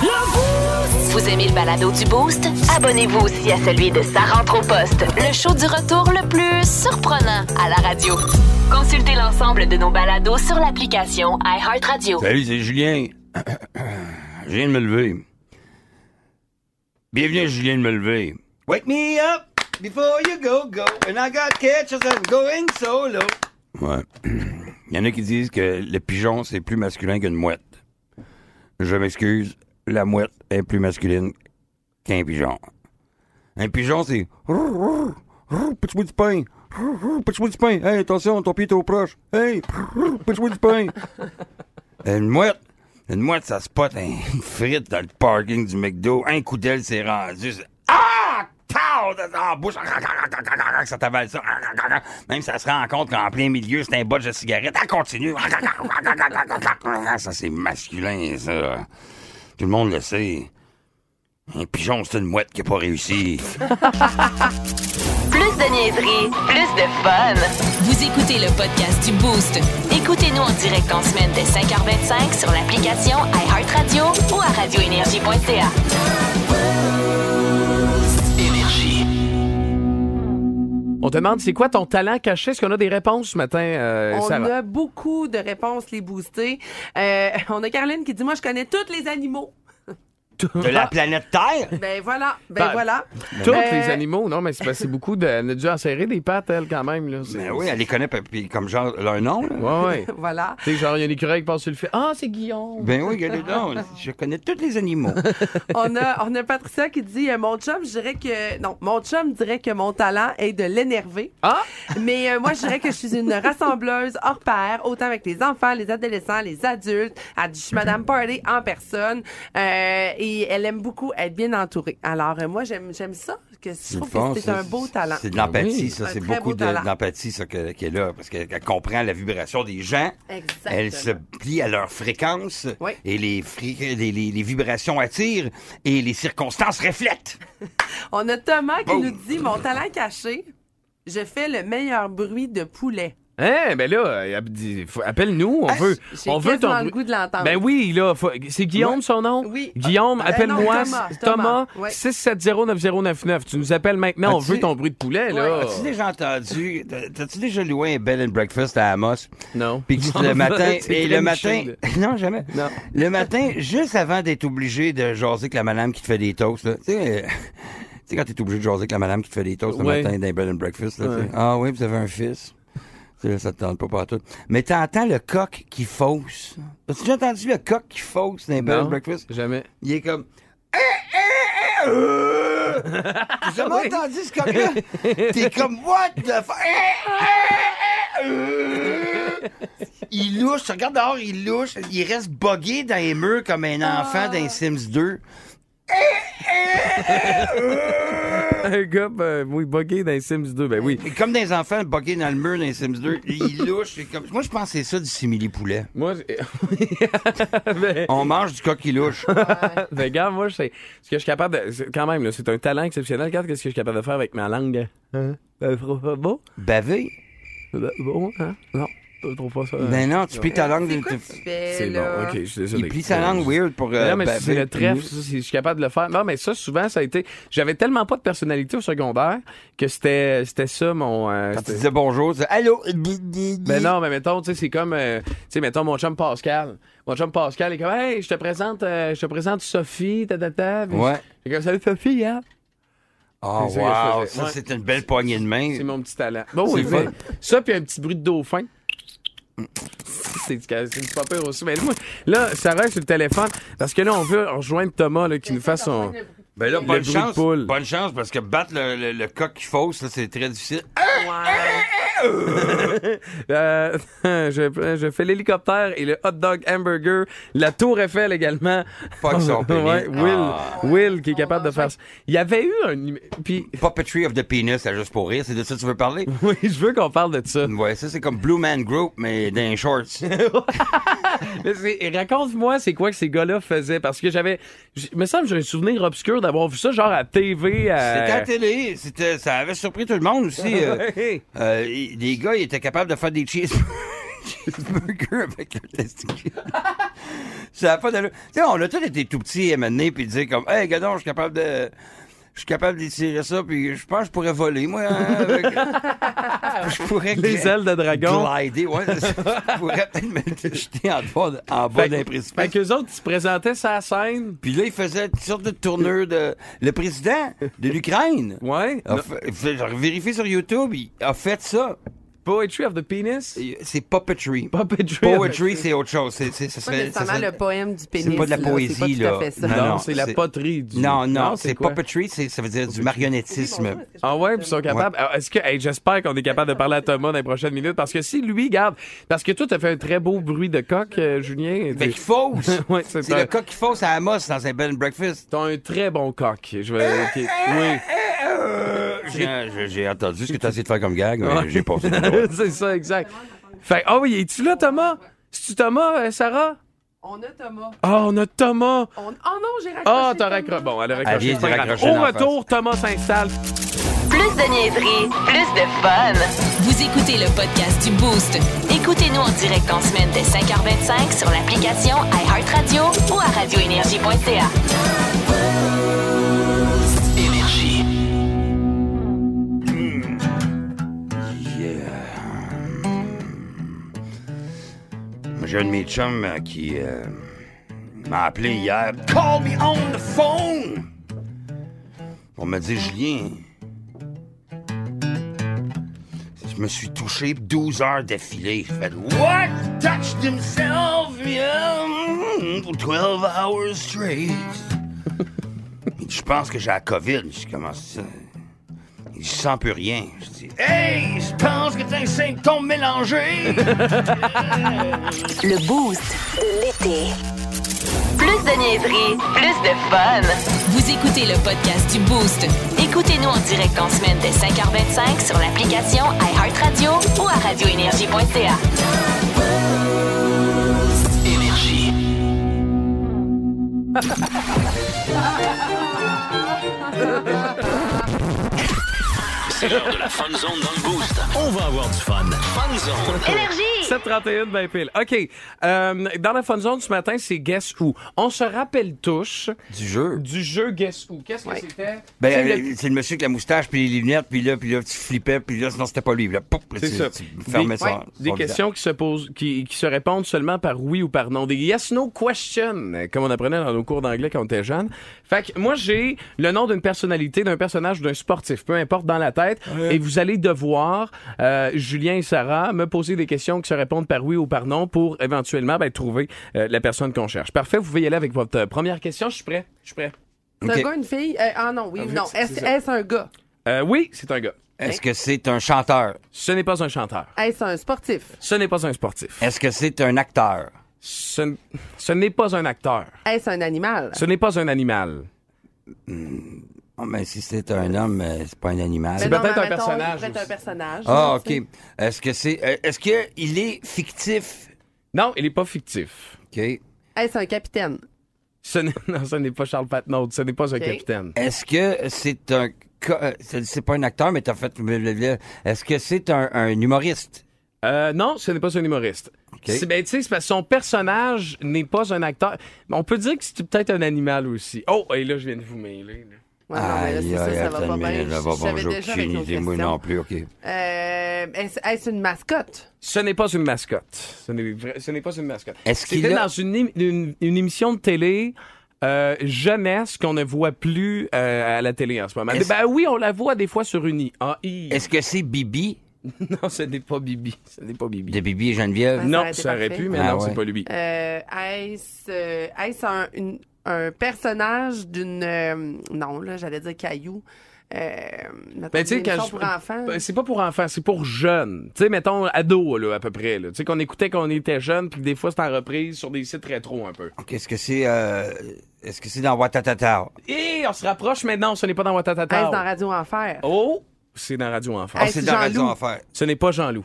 Vous aimez le balado du Boost? Abonnez-vous aussi à celui de Sa rentre au poste, le show du retour le plus surprenant à la radio. Consultez l'ensemble de nos balados sur l'application iHeartRadio. Salut, c'est Julien. Je viens de me lever. Bienvenue, à Julien de me lever. Wake me up before you go go, and I got catches and going solo. Ouais. Il y en a qui disent que le pigeon, c'est plus masculin qu'une mouette. Je m'excuse, la mouette est plus masculine qu'un pigeon. Un pigeon, c'est. Rrr, rrr, Petit bout du pain. Rrr, rrr, Petit bout du pain. Hey, attention, ton pied est trop proche. Hey, rrr, petit bout du pain. Une mouette. Une mouette, ça spot un- une frite dans le parking du McDo. Un coup d'aile s'est rendu. c'est- Ah! Tao! Dans la bouche. Ça t'avale ça. Même ça se rend compte qu'en plein milieu, c'est un bot de cigarette. Ah, continue. Ça, c'est masculin, ça. Tout le monde le sait. Un pigeon, c'est une mouette qui n'a pas réussi. Plus de niaiserie, plus de fun. Vous écoutez le podcast du Boost. Écoutez-nous en direct en semaine dès 5h25 sur l'application iHeartRadio ou à radioénergie.ca. On demande c'est quoi ton talent caché? Est-ce qu'on a des réponses ce matin, euh, On Sarah? a beaucoup de réponses, les boostés. Euh, on a Caroline qui dit Moi, je connais tous les animaux. De la planète Terre? Ben voilà, ben Bah, voilà. Tous Euh, les animaux, non, mais c'est parce que c'est beaucoup de. Elle a dû en serrer des pattes, elle, quand même. Là. C'est- Ben oui, elle les connaît puis- puis comme genre leur nom. là. Ouais, ouais. tu Voilà. sais, genre, il y a une écureuil qui passe sur le fil. Ah, c'est Guillaume! Ben oui, regardez donc. Je connais tous les animaux. On a, on a Patricia qui dit euh, Mon chum, je dirais que. Non, mon chum dirait que mon talent est de l'énerver. Ah! Mais euh, moi, je dirais que je suis une rassembleuse hors pair, autant avec les enfants, les adolescents, les adultes. Elle dit, je suis Madame Party en personne. Euh, et elle aime beaucoup être bien entourée. Alors, euh, moi, j'aime, j'aime ça. Que je trouve Bon, que c'est ça, un beau talent. C'est de l'empathie, Oui. ça. Un C'est très beaucoup beau de- talent. d'empathie, ça, que- qui est là. Parce qu'elle elle comprend la vibration des gens. Exactement. Elle se plie à leur fréquence. Oui. Et les, fri- les, les- les vibrations attirent et les circonstances reflètent. On a Thomas qui Boum. nous dit, mon talent caché, je fais le meilleur bruit de poulet. Hein, ben là, elle dit, faut- appelle-nous, on Ah, veut. j'ai Euh, On veut ton. quasiment le goût de l'entendre. Ben oui, là, faut- c'est Guillaume son nom? Oui. Guillaume, Euh, appelle-moi. non, Thomas, Thomas, Thomas, ouais. 6709099. Tu nous appelles maintenant, on As-tu- veut ton bruit de poulet, là. As-tu déjà entendu, t'as-tu déjà loué un bed and breakfast à Amos? Non. Puis que le matin, C'est et le Glenn matin, Michel. non jamais. Non. Le matin, juste avant d'être obligé de jaser avec la madame qui te fait des toasts, là, tu sais, euh, tu sais quand t'es obligé de jaser avec la madame qui te fait des toasts Ouais. le matin d'un bed and breakfast, là, tu sais. ah oui, vous avez un fils. Tu sais, Ça te tente pas partout. Mais t'entends le coq qui fausse. As-tu déjà entendu le coq qui fausse dans un bed and Non, breakfast? jamais. Il est comme. Eh, eh, eh, euh! J'ai jamais entendu ce coq-là. T'es comme, what the fuck? Eh, eh, eh, euh! Il louche, regarde dehors, il louche. Il reste bogué dans les murs comme un enfant Ah. dans les Sims 2. Un gars, ben, oui, buggé dans les Sims 2, ben oui. Et comme des enfants bogués dans le mur dans les Sims 2. Il louche. c'est Comme... Moi, je pense que c'est ça du simili-poulet. Moi, j'ai- ben, On mange du coq qui louche. ben, regarde, moi, je sais- ce que je suis capable de. c'est- Quand même, là, c'est un talent exceptionnel. Regarde ce que je suis capable de faire avec ma langue. Hein? Ben, trop pas beau? Bavé. Ben, Bon, hein? Non, je trouve pas ça. hein. Ben non, tu plies ta langue. Euh, C'est quoi que tu fais, c'est bon, là? ok, je suis désolé. Ben, Il plie sa langue weird pour. euh, Non, mais c'est baver. le trèfle, ça, c'est- je suis capable de le faire. Non, mais ça, souvent, ça a été. J'avais tellement pas de personnalité au secondaire que c'était c'était ça mon. euh, Quand tu c'était- disais bonjour, tu disais allô. Mais Ben non, mais mettons, tu sais, c'est comme, euh, tu sais, mettons mon chum Pascal. Mon chum Pascal est comme, hey, je te présente, euh, je te présente Sophie, ta ta ta. Puis Ouais. j'ai comme, salut Sophie, hein. Oh, C'est ça que je wow, faisais. ça, Ouais. c'est une belle poignée de main. C'est mon petit talent. Bon, C'est oui, fun. mais ça, puis un petit bruit de dauphin. C'est c'est du pas pire aussi. Mais moi, là, ça reste sur le téléphone parce que là, on veut rejoindre Thomas là, qui nous fasse son. Ben là, Le bonne bruit de chance. poule. Bonne chance, parce que battre le, le- le coq qui fausse, là, c'est très difficile. Ah, Ouais. Euh, je, je fais l'hélicoptère et le hot dog hamburger, la tour Eiffel également. Fuck son pénis. Ouais, Will, Ah. Will qui est capable de faire ça. Il y avait eu un... numé- Puis, Puppetry of the penis, c'est juste pour rire. C'est de ça que tu veux parler? oui, je veux qu'on parle de ça. Ouais, ça, c'est comme Blue Man Group, mais dans les shorts. Mais c'est- Raconte-moi, c'est quoi que ces gars-là faisaient? Parce que j'avais... j- Il me semble que j'ai un souvenir obscur d'avoir vu ça genre à euh, TV. À... C'était à la télé. C'était, ça avait surpris tout le monde aussi. euh, Ouais. euh, y- les gars, ils étaient capables de faire des cheese. cheeseburger avec un testicule. ça a pas d'allure. Tu sais, on a tous été tout petits à m'amener puis dire comme, hey, gadon, je suis capable de. Je suis capable d'étirer ça, puis je pense que je pourrais voler, moi. hein, avec- je pourrais Les ailes de dragon. Glider, ouais. c'est ça. Je pourrais peut-être me jeter en bas, de- en bas Fait, d'un précipice. fait qu'eux autres, ils se présentaient sa scène. Puis là, il faisait toutes sortes de tournures de. Le président de l'Ukraine Ouais. a fait- fait- j'ai vérifié sur YouTube, il a fait ça. Poetry of the penis. Et C'est puppetry. Puppetry. Poetry, c'est autre chose. C'est, c'est, ça pas serait- ça nécessairement serait- le poème du pénis. c'est pas de la là. poésie, C'est pas tout à là. fait ça. Non, Non, non, c'est la c'est- poterie du. Non, non, c'est, quoi? puppetry, c'est, ça veut dire du Oui, marionnettisme. bonjour, est-ce que je Ah peux ouais, te- puis ils sont capables. Alors, Est-ce que, hey, j'espère qu'on est capable de parler à Thomas dans les prochaines minutes parce que si lui garde, parce que toi t'as fait un très beau bruit de coq, euh, Julien. Fait qu'il fausse. Ouais, c'est c'est un- le cas qu'il fausse à Amos dans un bed and breakfast. T'as un très bon coq. Je vais. ok, Oui. J'ai, j'ai- j'ai entendu ce que t'as essayé de faire comme gag, mais Ouais. j'ai pas fait le droit. c'est ça, exact. Fait, ah oui, es-tu là, Thomas? C'est-tu Thomas, euh, Sarah? On a Thomas. Ah, on a Thomas. On- Oh non, j'ai raccroché. Ah, t'as Thomas. raccroché. Bon, elle a raccroché. vient c'est pas de grave. raccrocher Au dans la face. retour, Thomas s'installe. Plus de niaiserie, plus de fun. Vous écoutez le podcast du Boost. Écoutez-nous en direct en semaine dès 5h25 sur l'application iHeartRadio ou à radioénergie.ca. Euh, J'ai un de mes chums euh, qui euh, m'a appelé hier. Call me on the phone! On me dit, Julien, je me suis touché 12 heures d'affilée. J'ai fait, What? Touched himself, yeah, mm, for 12 hours straight. Il dit, je pense que j'ai la COVID. Je dis, comment ça? Il dit, je sens plus rien. Je dis, Hey, je pense que t'as un symptôme mélangé! Le Boost de l'été. Plus de niaiserie, plus de fun. Vous écoutez le podcast du Boost. Écoutez-nous en direct en semaine dès 5h25 sur l'application iHeartRadio ou à radioénergie.ca. C'est l'heure de la Fun Zone dans le Boost. On va avoir du fun. Fun Zone. 731, ben pile. OK. euh, dans la fun zone ce matin, c'est Guess Who. On se rappelle tous du jeu. du jeu Guess Who. Qu'est-ce que c'était? Ben, C'est euh, le- c'est le monsieur avec la moustache, puis les lunettes, puis là, puis là, tu flippais, puis là, sinon c'était pas lui. Là, pouf, là, C'est tu, ça. tu fermais des, son- ouais, son des visage. questions qui se posent, qui, qui se répondent seulement par oui ou par non. Des yes/no questions, euh, comme on apprenait dans nos cours d'anglais quand on était jeune. Fait que moi j'ai le nom d'une personnalité, d'un personnage, ou d'un sportif, peu importe, dans la tête, et vous allez devoir, euh, Julien et Sarah, me poser des questions qui se répondent par oui ou par non pour éventuellement ben, trouver euh, la personne qu'on cherche. Parfait, vous pouvez y aller avec votre euh, première question. Je suis prêt. Je suis prêt. C'est Ok. un gars, une fille? Euh, ah non, oui, Ah, non. c'est- Est-ce c'est ça. est-ce un gars? Euh, oui, c'est un gars. Est-ce que c'est un chanteur? Ce n'est pas un chanteur. Est-ce un sportif? Ce n'est pas un sportif. Est-ce que c'est un acteur? Ce, n- ce n'est pas un acteur. Est-ce un animal? Ce n'est pas un animal. Oh, mais si c'est un homme, euh, c'est pas un animal. Ben peut-être non, mais un mettons, personnage il pourrait être un aussi. personnage. Ah, tu sais. OK. Est-ce que c'est. euh, Est-ce qu'il est fictif? Non, il n'est pas fictif. OK. Est-ce un capitaine? Ce n'est, non, ce n'est pas Charles Patnaud, ce n'est pas un capitaine. Est-ce que c'est un. co- euh, C'est c'est pas un acteur, mais t'as fait. blablabla. Est-ce que c'est un, un humoriste? Euh, non, ce n'est pas un humoriste. C'est, ben, tu sais, c'est parce que son personnage n'est pas un acteur. On peut dire que c'est peut-être un animal aussi. Oh, et là, je viens de vous mêler. là. Ouais, non, mais Ah, ben là, c'est ça, ça va pas bien. Je- là, je savais déjà avec nos moi questions. non plus, OK. Euh, est-ce est-ce une mascotte? Ce n'est pas une mascotte. Ce n'est, vrai- ce n'est pas une mascotte. Est-ce qu'il C'était a- dans une, émi- une- une émission de télé euh, jeunesse qu'on ne voit plus euh, à la télé en ce moment. Est-ce- Ben oui, on la voit des fois sur une I. Ah, I. Est-ce que c'est Bibi? Non, ce n'est pas Bibi. Ce n'est pas Bibi. De Bibi et Geneviève? Ça aurait Non, été ça aurait parfait. pu, mais Ah non, ouais. c'est pas lui. Euh, est-ce euh, est-ce un, une- un personnage d'une. euh, non, là, j'allais dire caillou. Euh, mettons, Ben, tu sais, une quand je- émission pour enfants. Ben, C'est pas pour enfants, c'est pour jeunes. Tu sais, mettons, ados, là, à peu près. là. Tu sais, qu'on écoutait quand on était jeunes, puis que des fois, c'est en reprise sur des sites rétro un peu. Qu'est-ce que c'est euh, Est-ce que c'est dans Watatata Ah, Et on se rapproche maintenant, ce n'est pas dans Est-ce Watatata. dans Radio Enfer? Oh, c'est dans Radio Enfant. Ah, Est-ce c'est dans Jean-Loup? Raison à faire. Ce n'est pas Jean-Loup.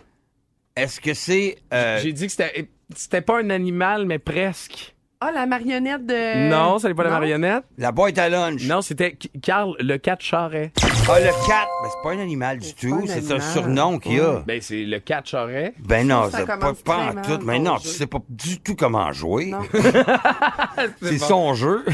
Est-ce que c'est euh, J'ai dit que c'était c'était pas un animal, mais presque. Ah, la marionnette de. Non, ça n'est pas la marionnette. La boîte à lunch. Non, c'était K- Carl le 4 charret. Ah, le 4. Ben, c'est pas un animal du pas tout. un C'est un animal. surnom qu'il a. Ben, c'est le 4 charret. Ben non, Ça c'est pas, commence pas très en tout. mal, Mais ton non, jeu. tu sais pas du tout comment jouer. Non. c'est son jeu.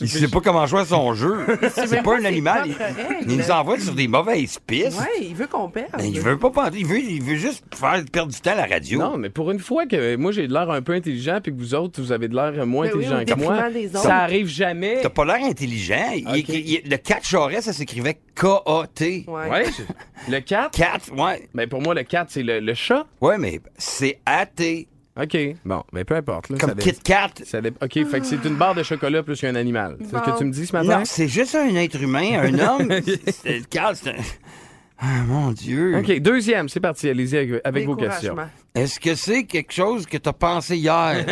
Il sait pas comment jouer à son jeu. C'est même pas pas un ses animal. Il, propres règles. il nous envoie sur des mauvaises pistes. Ah, Ouais, il veut qu'on perde. Ben, il veut pas penser. Il veut, il veut juste faire perdre du temps à la radio. Non, mais pour une fois que moi j'ai de l'air un peu intelligent puis que vous autres vous avez de l'air moins Mais Ben oui, intelligent au que moi, détriment des autres. ça arrive jamais. T'as pas l'air intelligent. Il- Ok. il- il- le 4 Charest, ça s'écrivait K-A-T. Ouais. Ouais. Le 4, 4, ouais. ben pour moi le 4 c'est le, le chat. Ouais, mais c'est A-T. OK. Bon, mais peu importe là, ça Comme dé- Kit Kat. ça dé- OK, fait que c'est une barre de chocolat plus qu'un animal. C'est ce que Bon. tu me dis ce matin Non, c'est juste un être humain, un homme. C'est- c'est le cas, c'est un... Ah, mon Dieu. OK, deuxième, c'est parti, allez-y avec, avec vos questions. Découragement. Est-ce que c'est quelque chose que t'as pensé hier?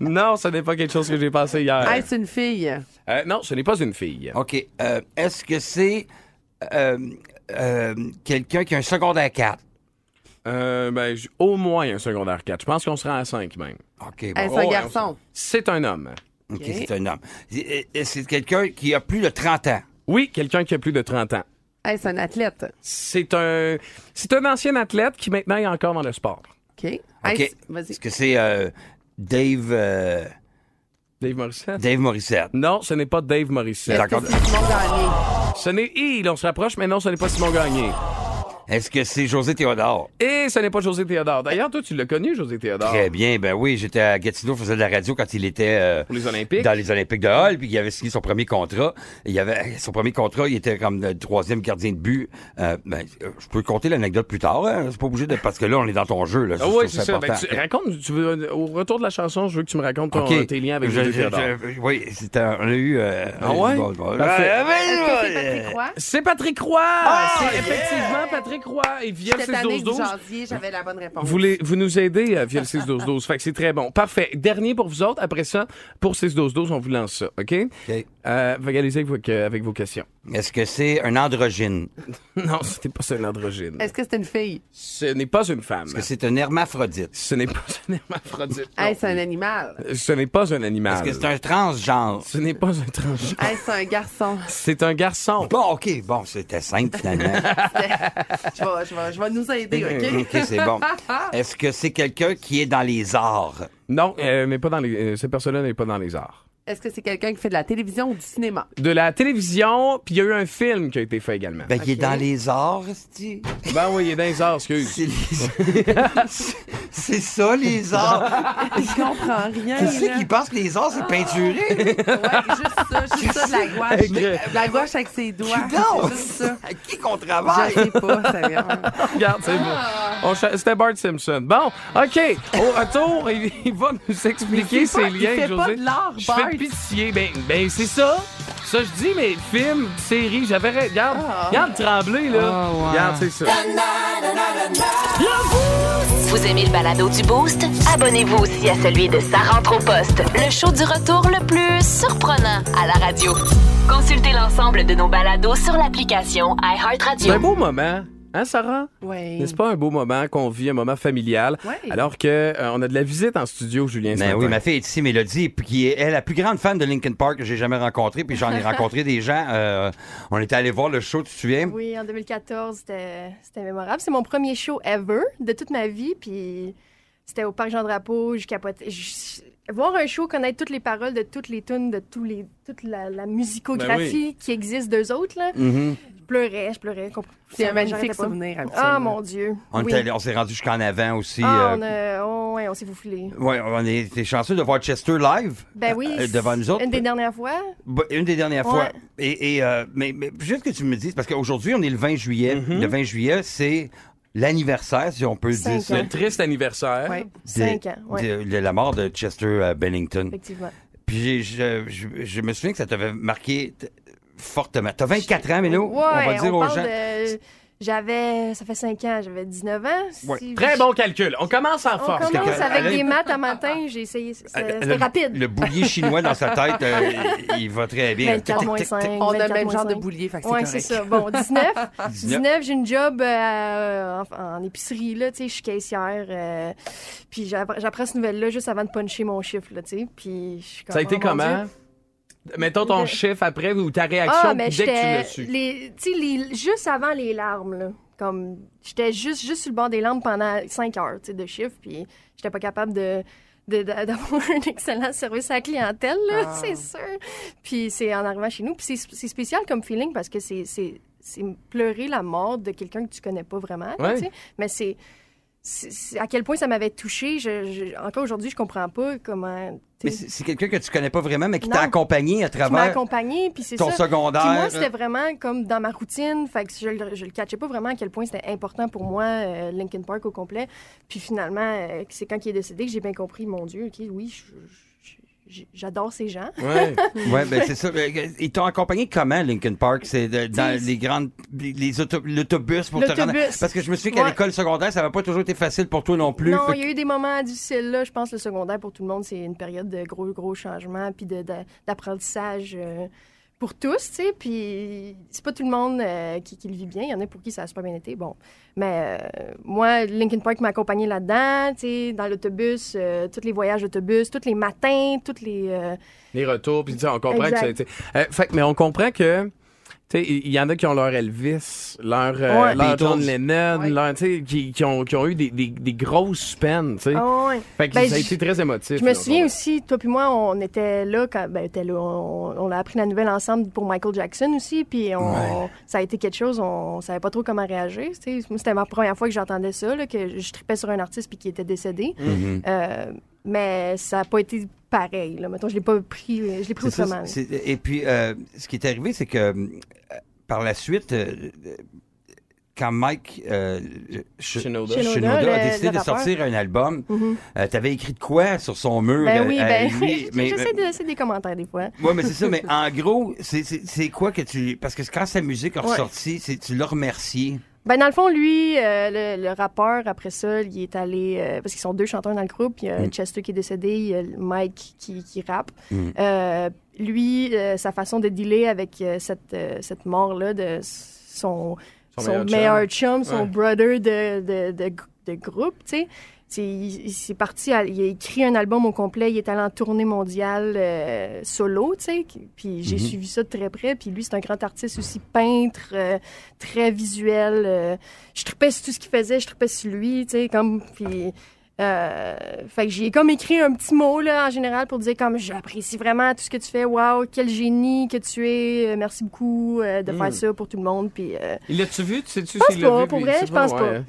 Non, ce n'est pas quelque chose que j'ai passé hier. Hey, c'est une fille. Euh, non, ce n'est pas une fille. OK. euh, Est-ce que c'est euh, euh, quelqu'un qui a un secondaire 4? Euh, ben, j- au moins un secondaire 4. Je pense qu'on sera à 5 même. OK, Hey, bon. c'est un Oh, garçon. C'est un homme. OK, c'est un homme. C'est euh, c'est quelqu'un qui a plus de 30 ans. Oui, quelqu'un qui a plus de 30 ans. Hey, c'est un athlète. C'est un, c'est un ancien athlète qui maintenant est encore dans le sport. OK. Hey, OK. c'est- Vas-y. Est-ce que c'est euh, Dave, euh, Dave Morissette? Dave Morissette? Non, ce n'est pas Dave Morissette. D'accord. C'est Simon Gagné. Ce n'est... Hi, là, on se rapproche, mais non, ce n'est pas Simon Gagné. Est-ce que c'est José Théodore? Et ce n'est pas José Théodore. D'ailleurs, toi, tu l'as connu, José Théodore. Très bien. Ben oui, j'étais à Gatineau, faisais de la radio quand il était euh, Pour les Olympiques. dans les Olympiques de Hall, puis il avait signé son premier contrat. Il y avait son premier contrat, il était comme le troisième gardien de but. Euh, ben, euh, je peux compter l'anecdote plus tard. hein. C'est pas obligé de parce que là, on est dans ton jeu. Là. Ah Je ouais, trouve c'est ça. Ben, important. tu- raconte, tu veux- euh, au retour de la chanson, je veux que tu me racontes ton- OK. tes liens avec Je- José je- Théodore. je- Oui, c'était un- on a eu. euh, Ah ouais? bon, bon. Parfait. Ah, ben, Est-ce que c'est ouais. Patrick Roy? C'est Patrick Roy! Ah, c'est effectivement Patrick Roy. Et via Ah, le Ah, Cette année, 6 du 12 janvier, j'avais la bonne réponse. Vous, les- vous nous aidez euh, via le 6-12-12. fait que c'est très bon. Parfait. Dernier pour vous autres. Après ça, pour 6-12-12, on vous lance ça. OK? OK. Euh, fait que allez-y avec, vos- que- avec vos questions. Est-ce que c'est un androgyne? Non, ce n'est pas un androgyne. Est-ce que c'est une fille? Ce n'est pas une femme. Est-ce que c'est un hermaphrodite? Ce n'est pas un hermaphrodite. Hey, non. c'est un animal. Ce n'est pas un animal. Est-ce que c'est un transgenre? Ce n'est pas un transgenre. Hey, c'est un garçon. C'est un garçon. Bon, OK, bon, c'était simple finalement. Je vais, je vais, je vais nous aider, OK? OK, c'est bon. Est-ce que c'est quelqu'un qui est dans les arts? Non, euh, mais pas dans les. euh, cette personne-là n'est pas dans les arts. Est-ce que c'est quelqu'un qui fait de la télévision ou du cinéma? De la télévision, puis il y a eu un film qui a été fait également. Ben, qui est OK. dans les arts, c'est-tu? Ben oui, il est dans les arts, excuse. c'est les- C'est ça, les arts. Je comprends rien. Qu'est-ce Ah, là. qui pense que les arts, c'est peinturé? Ouais, juste ça, juste ça de la gouache. De la gouache avec ses doigts. Non! C'est juste ça. À qui qu'on Je travaille? sais pas, sérieux. Regarde, c'est bon. Ah. On cha- C'était Bart Simpson. Bon, OK. Au retour, il, il va nous expliquer Il fait ses pas- il liens, fait José. pas de l'art, je Bart. fais pitié. Ben, ben c'est ça. Ça, je dis, mais film, série, j'avais. ra- Regarde, Ah. regarde Tremblay, là. Regarde, c'est ça. Vous aimez le balado du Boost? Abonnez-vous aussi à celui de Sa rentre au poste, le show du retour le plus surprenant à la radio. Consultez l'ensemble de nos balados sur l'application C'est iHeartRadio. un beau moment. Hein, Sarah? Ouais. N'est-ce pas un beau moment qu'on vit, un moment familial? Ouais. Alors que euh, on a de la visite en studio, Julien. ce Ben oui, matin. ma fille est ici, Mélodie, puis qui est elle, la plus grande fan de Linkin Park que j'ai jamais rencontrée, puis j'en ai rencontré des gens. euh, on était allé voir le show, tu te souviens? Oui, en 2014, c'était c'était mémorable. C'est mon premier show ever de toute ma vie. Puis c'était au Parc Jean-Drapeau. Je capotais. Je- je- Voir un show, connaître toutes les paroles de toutes les tunes, de tous les, toute la, la musicographie Ben qui existe d'eux autres, là. Mm-hmm. je pleurais, je pleurais. compr- C'est un magnifique j'arrêtais pas. souvenir, absolument. Ah, mon Dieu. On, oui. est allé- on s'est rendu jusqu'en avant aussi. euh, Ah, on, a- oh, ouais, on s'est boufflé. ouais, on a été chanceux de voir Chester live. Ben oui. euh, devant nous autres. Une des dernières fois. Bah, Une des dernières fois. Ouais. Et, et, euh, mais, mais juste que tu me dises, parce qu'aujourd'hui, on est le 20 juillet. Le 20 juillet, c'est l'anniversaire, si on peut Cinq dire ça, ans. Le triste anniversaire. Ouais. de- Cinq ans. Ouais, de, de la mort de Chester euh, Bennington. effectivement. Puis j'ai- je, je- je me souviens que ça t'avait marqué t- fortement. T'as 24 ans, Ah, mais là, on va Ouais, dire on aux parle gens. de- J'avais, ça fait 5 ans, j'avais 19 ans. Ouais. Si- Très bon calcul. On commence en On force. commence Parce que- avec elle- des maths à matin, j'ai essayé. c'est- Elle- C'était elle a- rapide. Euh, Le boulier chinois dans sa tête, euh, il- il va très bien. 24 moins 5. On a le même genre de boulier, fait que c'est Oui, correct. c'est ça. Bon, 19. 19. 19, j'ai une job euh, en, en épicerie, là, tu sais, je suis caissière. euh, puis j'appre- j'apprends cette nouvelle-là juste avant de puncher mon chiffre, là, tu sais. Puis je suis comme, Ça a été oh, mon comment? Dieu. Mettons ton De- chiffre après ou ta réaction Ah, dès mais que tu l'as j'étais. su. les- Tu sais, les- juste avant les larmes, là. Comme, j'étais juste, juste sur le bord des larmes pendant 5 heures, tu sais, de chiffre. Puis j'étais pas capable de de- de- d'avoir un excellent service à la clientèle, là, Ah. c'est sûr. Puis c'est en arrivant chez nous. Puis c'est c'est spécial comme feeling parce que c'est- c'est c'est pleurer la mort de quelqu'un que tu connais pas vraiment. là, Ouais. tu sais. Mais c'est c'est- c'est- à quel point ça m'avait touchée. Je, je- encore aujourd'hui, je comprends pas comment. tu Mais sais, c'est c'est quelqu'un que tu connais pas vraiment, mais qui t'a Non. accompagné à Qui m'a travers accompagnée, puis c'est ton ça. secondaire. Puis moi, c'était vraiment comme dans ma routine. Fait que je, le- je le catchais pas vraiment à quel point c'était important pour moi, euh, Linkin Park au complet. Puis finalement, euh, c'est quand il est décédé que j'ai bien compris, mon Dieu, OK, oui, je- je- je- j'adore ces gens. Ouais. Ouais, ben c'est ça. Mais, euh, Ils t'ont accompagné comment, Linkin Park? C'est de- dans T'sais, les grandes, les- les auto- l'autobus pour te rendre. L'autobus. Parce que je me souviens qu'à Ouais. l'école secondaire, ça n'a pas toujours été facile pour toi non plus. Non, Fait il y a eu des moments difficiles, là. Je pense que le secondaire, pour tout le monde, c'est une période de gros, gros changements, puis de- de- d'apprentissage euh, pour tous, tu sais. Puis c'est pas tout le monde euh, qui, qui le vit bien. Il y en a pour qui ça a super bien été, bon. Mais euh, moi, Linkin Park m'a accompagné là-dedans, tu sais, dans l'autobus, euh, tous les voyages d'autobus, tous les matins, tous les... euh, les retours, puis tu sais, on comprend Exact. que ça a été- Euh, fait que- mais on comprend que. tu sais, Il y en a qui ont leur Elvis, leur, euh, Ouais. Beatles. leur John Lennon, Ouais. leur, tu sais, qui, qui ont, qui ont eu des, des- des grosses peines. tu sais. Ah ouais. Fait que Ben, ça a j- été très émotif. Je me là, aujourd'hui. souviens aussi, toi puis moi, on était là quand ben, était là, on, on a appris la nouvelle ensemble pour Michael Jackson aussi, puis on, ça a été quelque chose, on, savait pas trop comment réagir. tu sais. Moi, c'était ma première fois que j'entendais ça, là, que je tripais sur un artiste puis qui était décédé. Mhm. Euh, mais ça a pas été pareil. Là. Mettons, je l'ai pas pris, je l'ai pris C'est ça, autrement. là. c'est- et puis, euh, ce qui est arrivé, c'est que euh, par la suite, euh, euh, quand Mike euh, Sh- Shinoda. Shinoda, a le- décidé le de rappeur. sortir un album, Mhm. euh, t'avais écrit de quoi sur son mur? Ben euh, oui, à ben lui? Mais, j'essaie de laisser des commentaires des fois. Oui, mais c'est ça. Mais en gros, c'est- c'est c'est quoi que tu. Parce que quand sa musique est Ouais. ressortie, c'est- tu l'as remercié. Ben dans le fond, lui, euh, le, le rappeur, après ça, il est allé... euh, parce qu'ils sont deux chanteurs dans le groupe. Il y a Mm. Chester qui est décédé, il y a Mike qui, qui rappe. Mm. Euh, lui, euh, sa façon de dealer avec euh, cette, euh, cette mort-là de son, Son son meilleur chum. meilleur chum, son Ouais. brother de, de, de, de groupe, tu sais. C'est- il il s'est parti, à- il a écrit un album au complet, il est allé en tournée mondiale euh, solo, tu sais. qui- Puis j'ai Mhm. suivi ça de très près. Puis lui, c'est un grand artiste aussi, peintre, euh, très visuel. euh, je tripais sur tout ce qu'il faisait, je tripais sur lui, tu sais, comme... Puis... euh, fait que j'y ai comme écrit un petit mot, là, en général, pour dire comme « J'apprécie vraiment tout ce que tu fais. Wow, quel génie que tu es. Euh, Merci beaucoup euh, de Mm. faire ça pour tout le monde. » Puis... euh, Il L'as-tu vu? Tu sais-tu Je pense s'il l'a pas, vu, pour puis vrai, il sait je pense pas. ouais.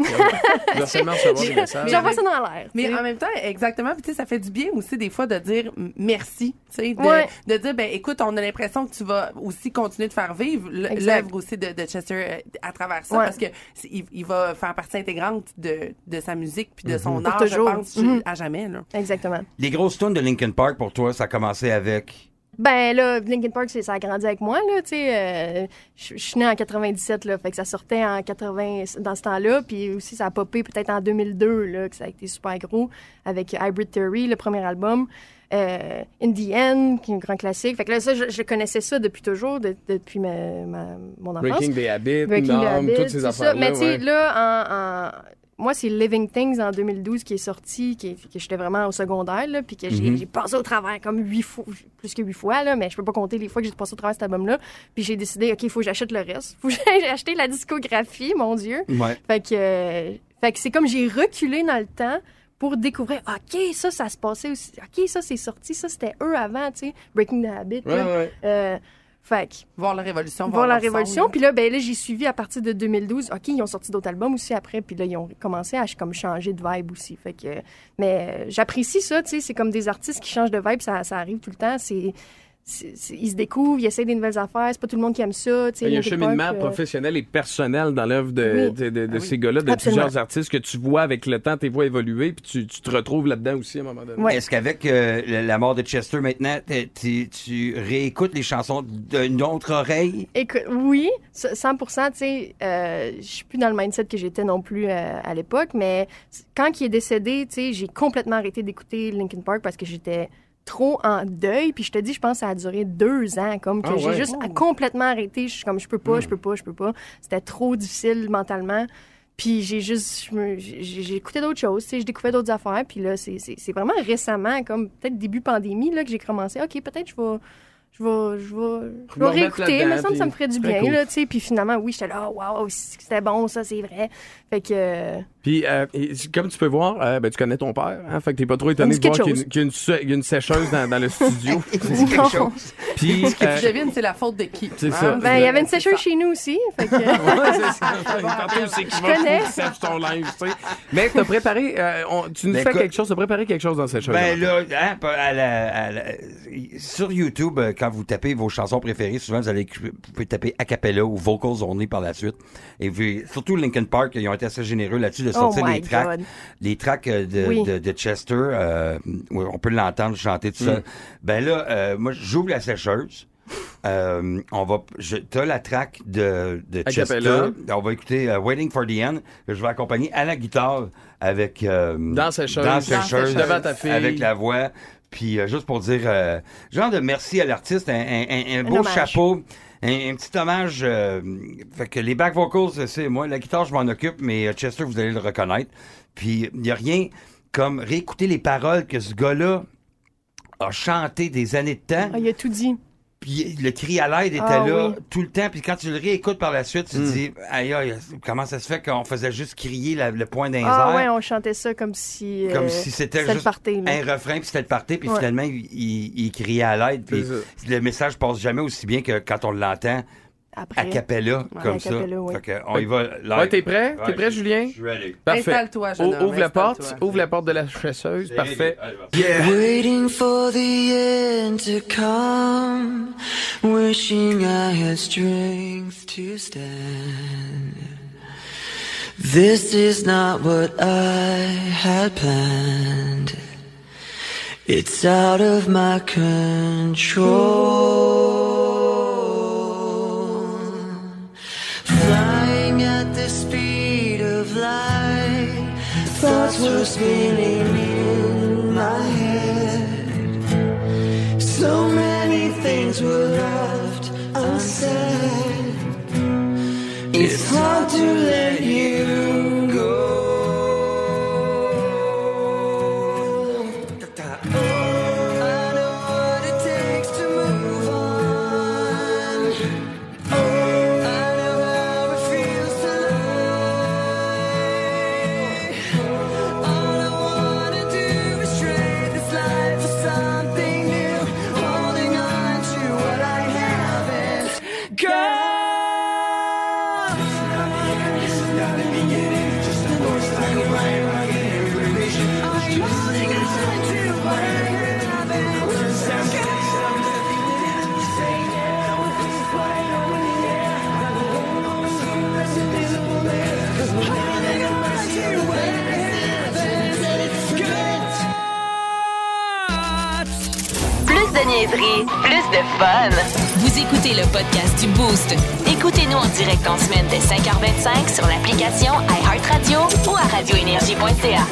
Il doit seulement recevoir des messages. J'envoie ça dans l'air. Mais tu sais. en même temps, exactement, puis tu sais, ça fait du bien aussi des fois de dire m- merci, tu sais, de, Ouais. de dire, ben écoute, on a l'impression que tu vas aussi continuer de faire vivre l- Exact. l'œuvre aussi de, de Chester euh, à travers ça, Ouais. parce que c'est- il, il va faire partie intégrante de, de sa musique puis de son Pour art, je Mm-hmm. toujours. pense, je- Mhm. à jamais, là. Exactement. Les grosses tunes de Linkin Park pour toi, ça a commencé avec. Ben là, Linkin Park, c'est- ça a grandi avec moi, là, tu sais. euh, je je suis née en 97, là, fait que ça sortait en 80, dans ce temps-là. Puis aussi, ça a popé peut-être en 2002, là, que ça a été super gros, avec Hybrid Theory, le premier album. Euh, In the End, qui est un grand classique. Fait que là, ça, je, je connaissais ça depuis toujours, de- depuis ma- ma- mon enfance. Breaking the Habit, Breaking the Numb, Habit, toutes ces tout ça. affaires-là. Mais tu sais, ouais. là, en, en- moi, c'est Living Things en 2012 qui est sorti, qui, que j'étais vraiment au secondaire, là, puis que j'ai Mm-hmm. j'ai passé au travers comme huit fois, plus que huit fois, là, mais je peux pas compter les fois que j'ai passé au travers cet album-là. Puis j'ai décidé, OK, il faut que j'achète le reste. faut que j'aille acheter la discographie, mon Dieu. Ouais. Fait que, euh, fait que c'est comme j'ai reculé dans le temps pour découvrir, OK, ça, ça se passait aussi. OK, ça, c'est sorti. Ça, c'était eux avant, tu sais, Breaking the Habit. Ouais, là. ouais. Euh, fait que, Voir la révolution, voir la leur son, révolution. là. Puis là, ben là, j'ai suivi à partir de 2012. OK, ils ont sorti d'autres albums aussi après. Puis là, ils ont commencé à comme changer de vibe aussi. Fait que, mais euh, j'apprécie ça, tu sais. C'est comme des artistes qui changent de vibe, ça, ça arrive tout le temps. C'est, c'est- c'est- c'est- ils se découvrent, ils essayent des nouvelles affaires. C'est pas tout le monde qui aime ça. tu sais, Ben, Il y a un Linkin cheminement Park, euh, professionnel et personnel dans l'œuvre de, Oui. de- de- de ces gars-là, de Absolument. plusieurs artistes que tu vois avec le temps, tes voix évoluer, puis tu, tu te retrouves là-dedans aussi à un moment donné. Ouais. Est-ce qu'avec euh, la la mort de Chester maintenant, t'es- tu, tu réécoutes les chansons d'une autre oreille? Écoute, oui, c- 100 tu sais, euh, je suis plus dans le mindset que j'étais non plus euh, à l'époque, mais c- quand il est décédé, tu sais, j'ai complètement arrêté d'écouter Linkin Park parce que j'étais trop en deuil, puis je te dis, je pense que ça a duré deux ans, comme que Ah j'ai ouais. Hmm. juste à- complètement arrêté, je suis comme, je peux pas, je peux pas, je peux pas, c'était trop difficile mentalement, puis j'ai juste, je me- j'ai j'ai écouté d'autres choses, tu sais, je découvrais d'autres affaires, puis là, c'est- c'est c'est vraiment récemment, comme peut-être début pandémie, là, que j'ai commencé, OK, peut-être je vais... Je vais, je vais, je me vais remettre réécouter, là-dedans, mais ça me, ça me puis- ferait du Très bien, cool. là, tu sais. Puis finalement, oui, j'étais là, oh, waouh, c'était bon, ça, c'est vrai. Fait que. euh, Puis, euh, et c- comme tu peux voir, euh, ben, tu connais ton père, hein, fait que t'es pas trop étonné Ça de me dit voir qu'il y, a quelque une- qu'il y a une sé- qu'il y a une sécheuse dans, dans le studio. C'est quelque non. chose. Puis, euh, Je devine, c'est la faute de qui? C'est hein? ça. Ben, il y avait une C'est sécheuse ça. chez nous aussi. Fait que. Ouais, c'est ça. Tantôt, c'est qu'il va connais. fou, qu'il sèche ton linge, tu sais. Mais t'as préparé, euh, on- tu nous Ben, fais écoute- quelque chose, t'as préparé quelque chose dans cette chose. Ben là, hein, pa- à la- à la- sur YouTube, euh, quand vous tapez vos chansons préférées, souvent vous allez vous pouvez taper a cappella ou vocals only par la suite. Et puis surtout Linkin Park, ils ont été assez généreux là-dessus de sortir Oh my les tracks, God. les tracks euh, de, Oui. de- de Chester. euh, où on peut l'entendre chanter tout Mm. seul. Ben là, euh, moi j'ouvre la sécheuse. Euh, on va, je- t'as la track de, de A Chester. cappella. On va écouter euh, Waiting for the End. que Je vais accompagner à la guitare avec euh, Dans Sécheuse. dans Dans Sécheuse, Sécheuse. Devant ta fille. avec la voix. Puis euh, juste pour dire, euh, genre de merci à l'artiste, un, un- un- un beau hommage. chapeau, un, un petit hommage. euh, fait que les back vocals, c'est moi, la guitare, je m'en occupe, mais euh, Chester, vous allez le reconnaître. Puis il n'y a rien comme réécouter les paroles que ce gars-là a chanté des années de temps. Ah, il a tout dit. Puis le cri à l'aide était Ah là oui. tout le temps. Puis quand tu le réécoutes par la suite, tu Hmm. te dis, aïe, aïe, comment ça se fait qu'on faisait juste crier la- le point d'un Ah ouais, on chantait ça comme si. euh, comme si c'était le juste party, là. un refrain, puis c'était le party, puis Ouais. finalement, il, il- il criait à l'aide, puis C'est le message passe jamais aussi bien que quand on l'entend Après. a cappella, comme a cappella, ça. ouais. Fait que on y va live. Ouais, t'es prêt? Ouais, T'es prêt, je- Julien? Je suis allé. Parfait. Installe-toi, jeune O- homme, Ouvre la porte, installe-toi. ouvre la porte de la chasseuse, parfait. Waiting for the end to come, wishing I had strength to stand. This is not what I had planned. It's out of my control. Flying at the speed of light, thoughts were spinning in my head. So many things were left unsaid. It's hard to let you go. Oh, I know what it takes to move on. Oh, I know how it feels to lie. All I wanna do is trade this life for something new, holding on to what I haven't got. I'm holding on to what I haven't got. Plus de niaiserie, plus de fun. Vous écoutez le podcast du Boost. Écoutez-nous en direct en semaine dès 5h25 sur l'application iHeartRadio ou à radioénergie.ca.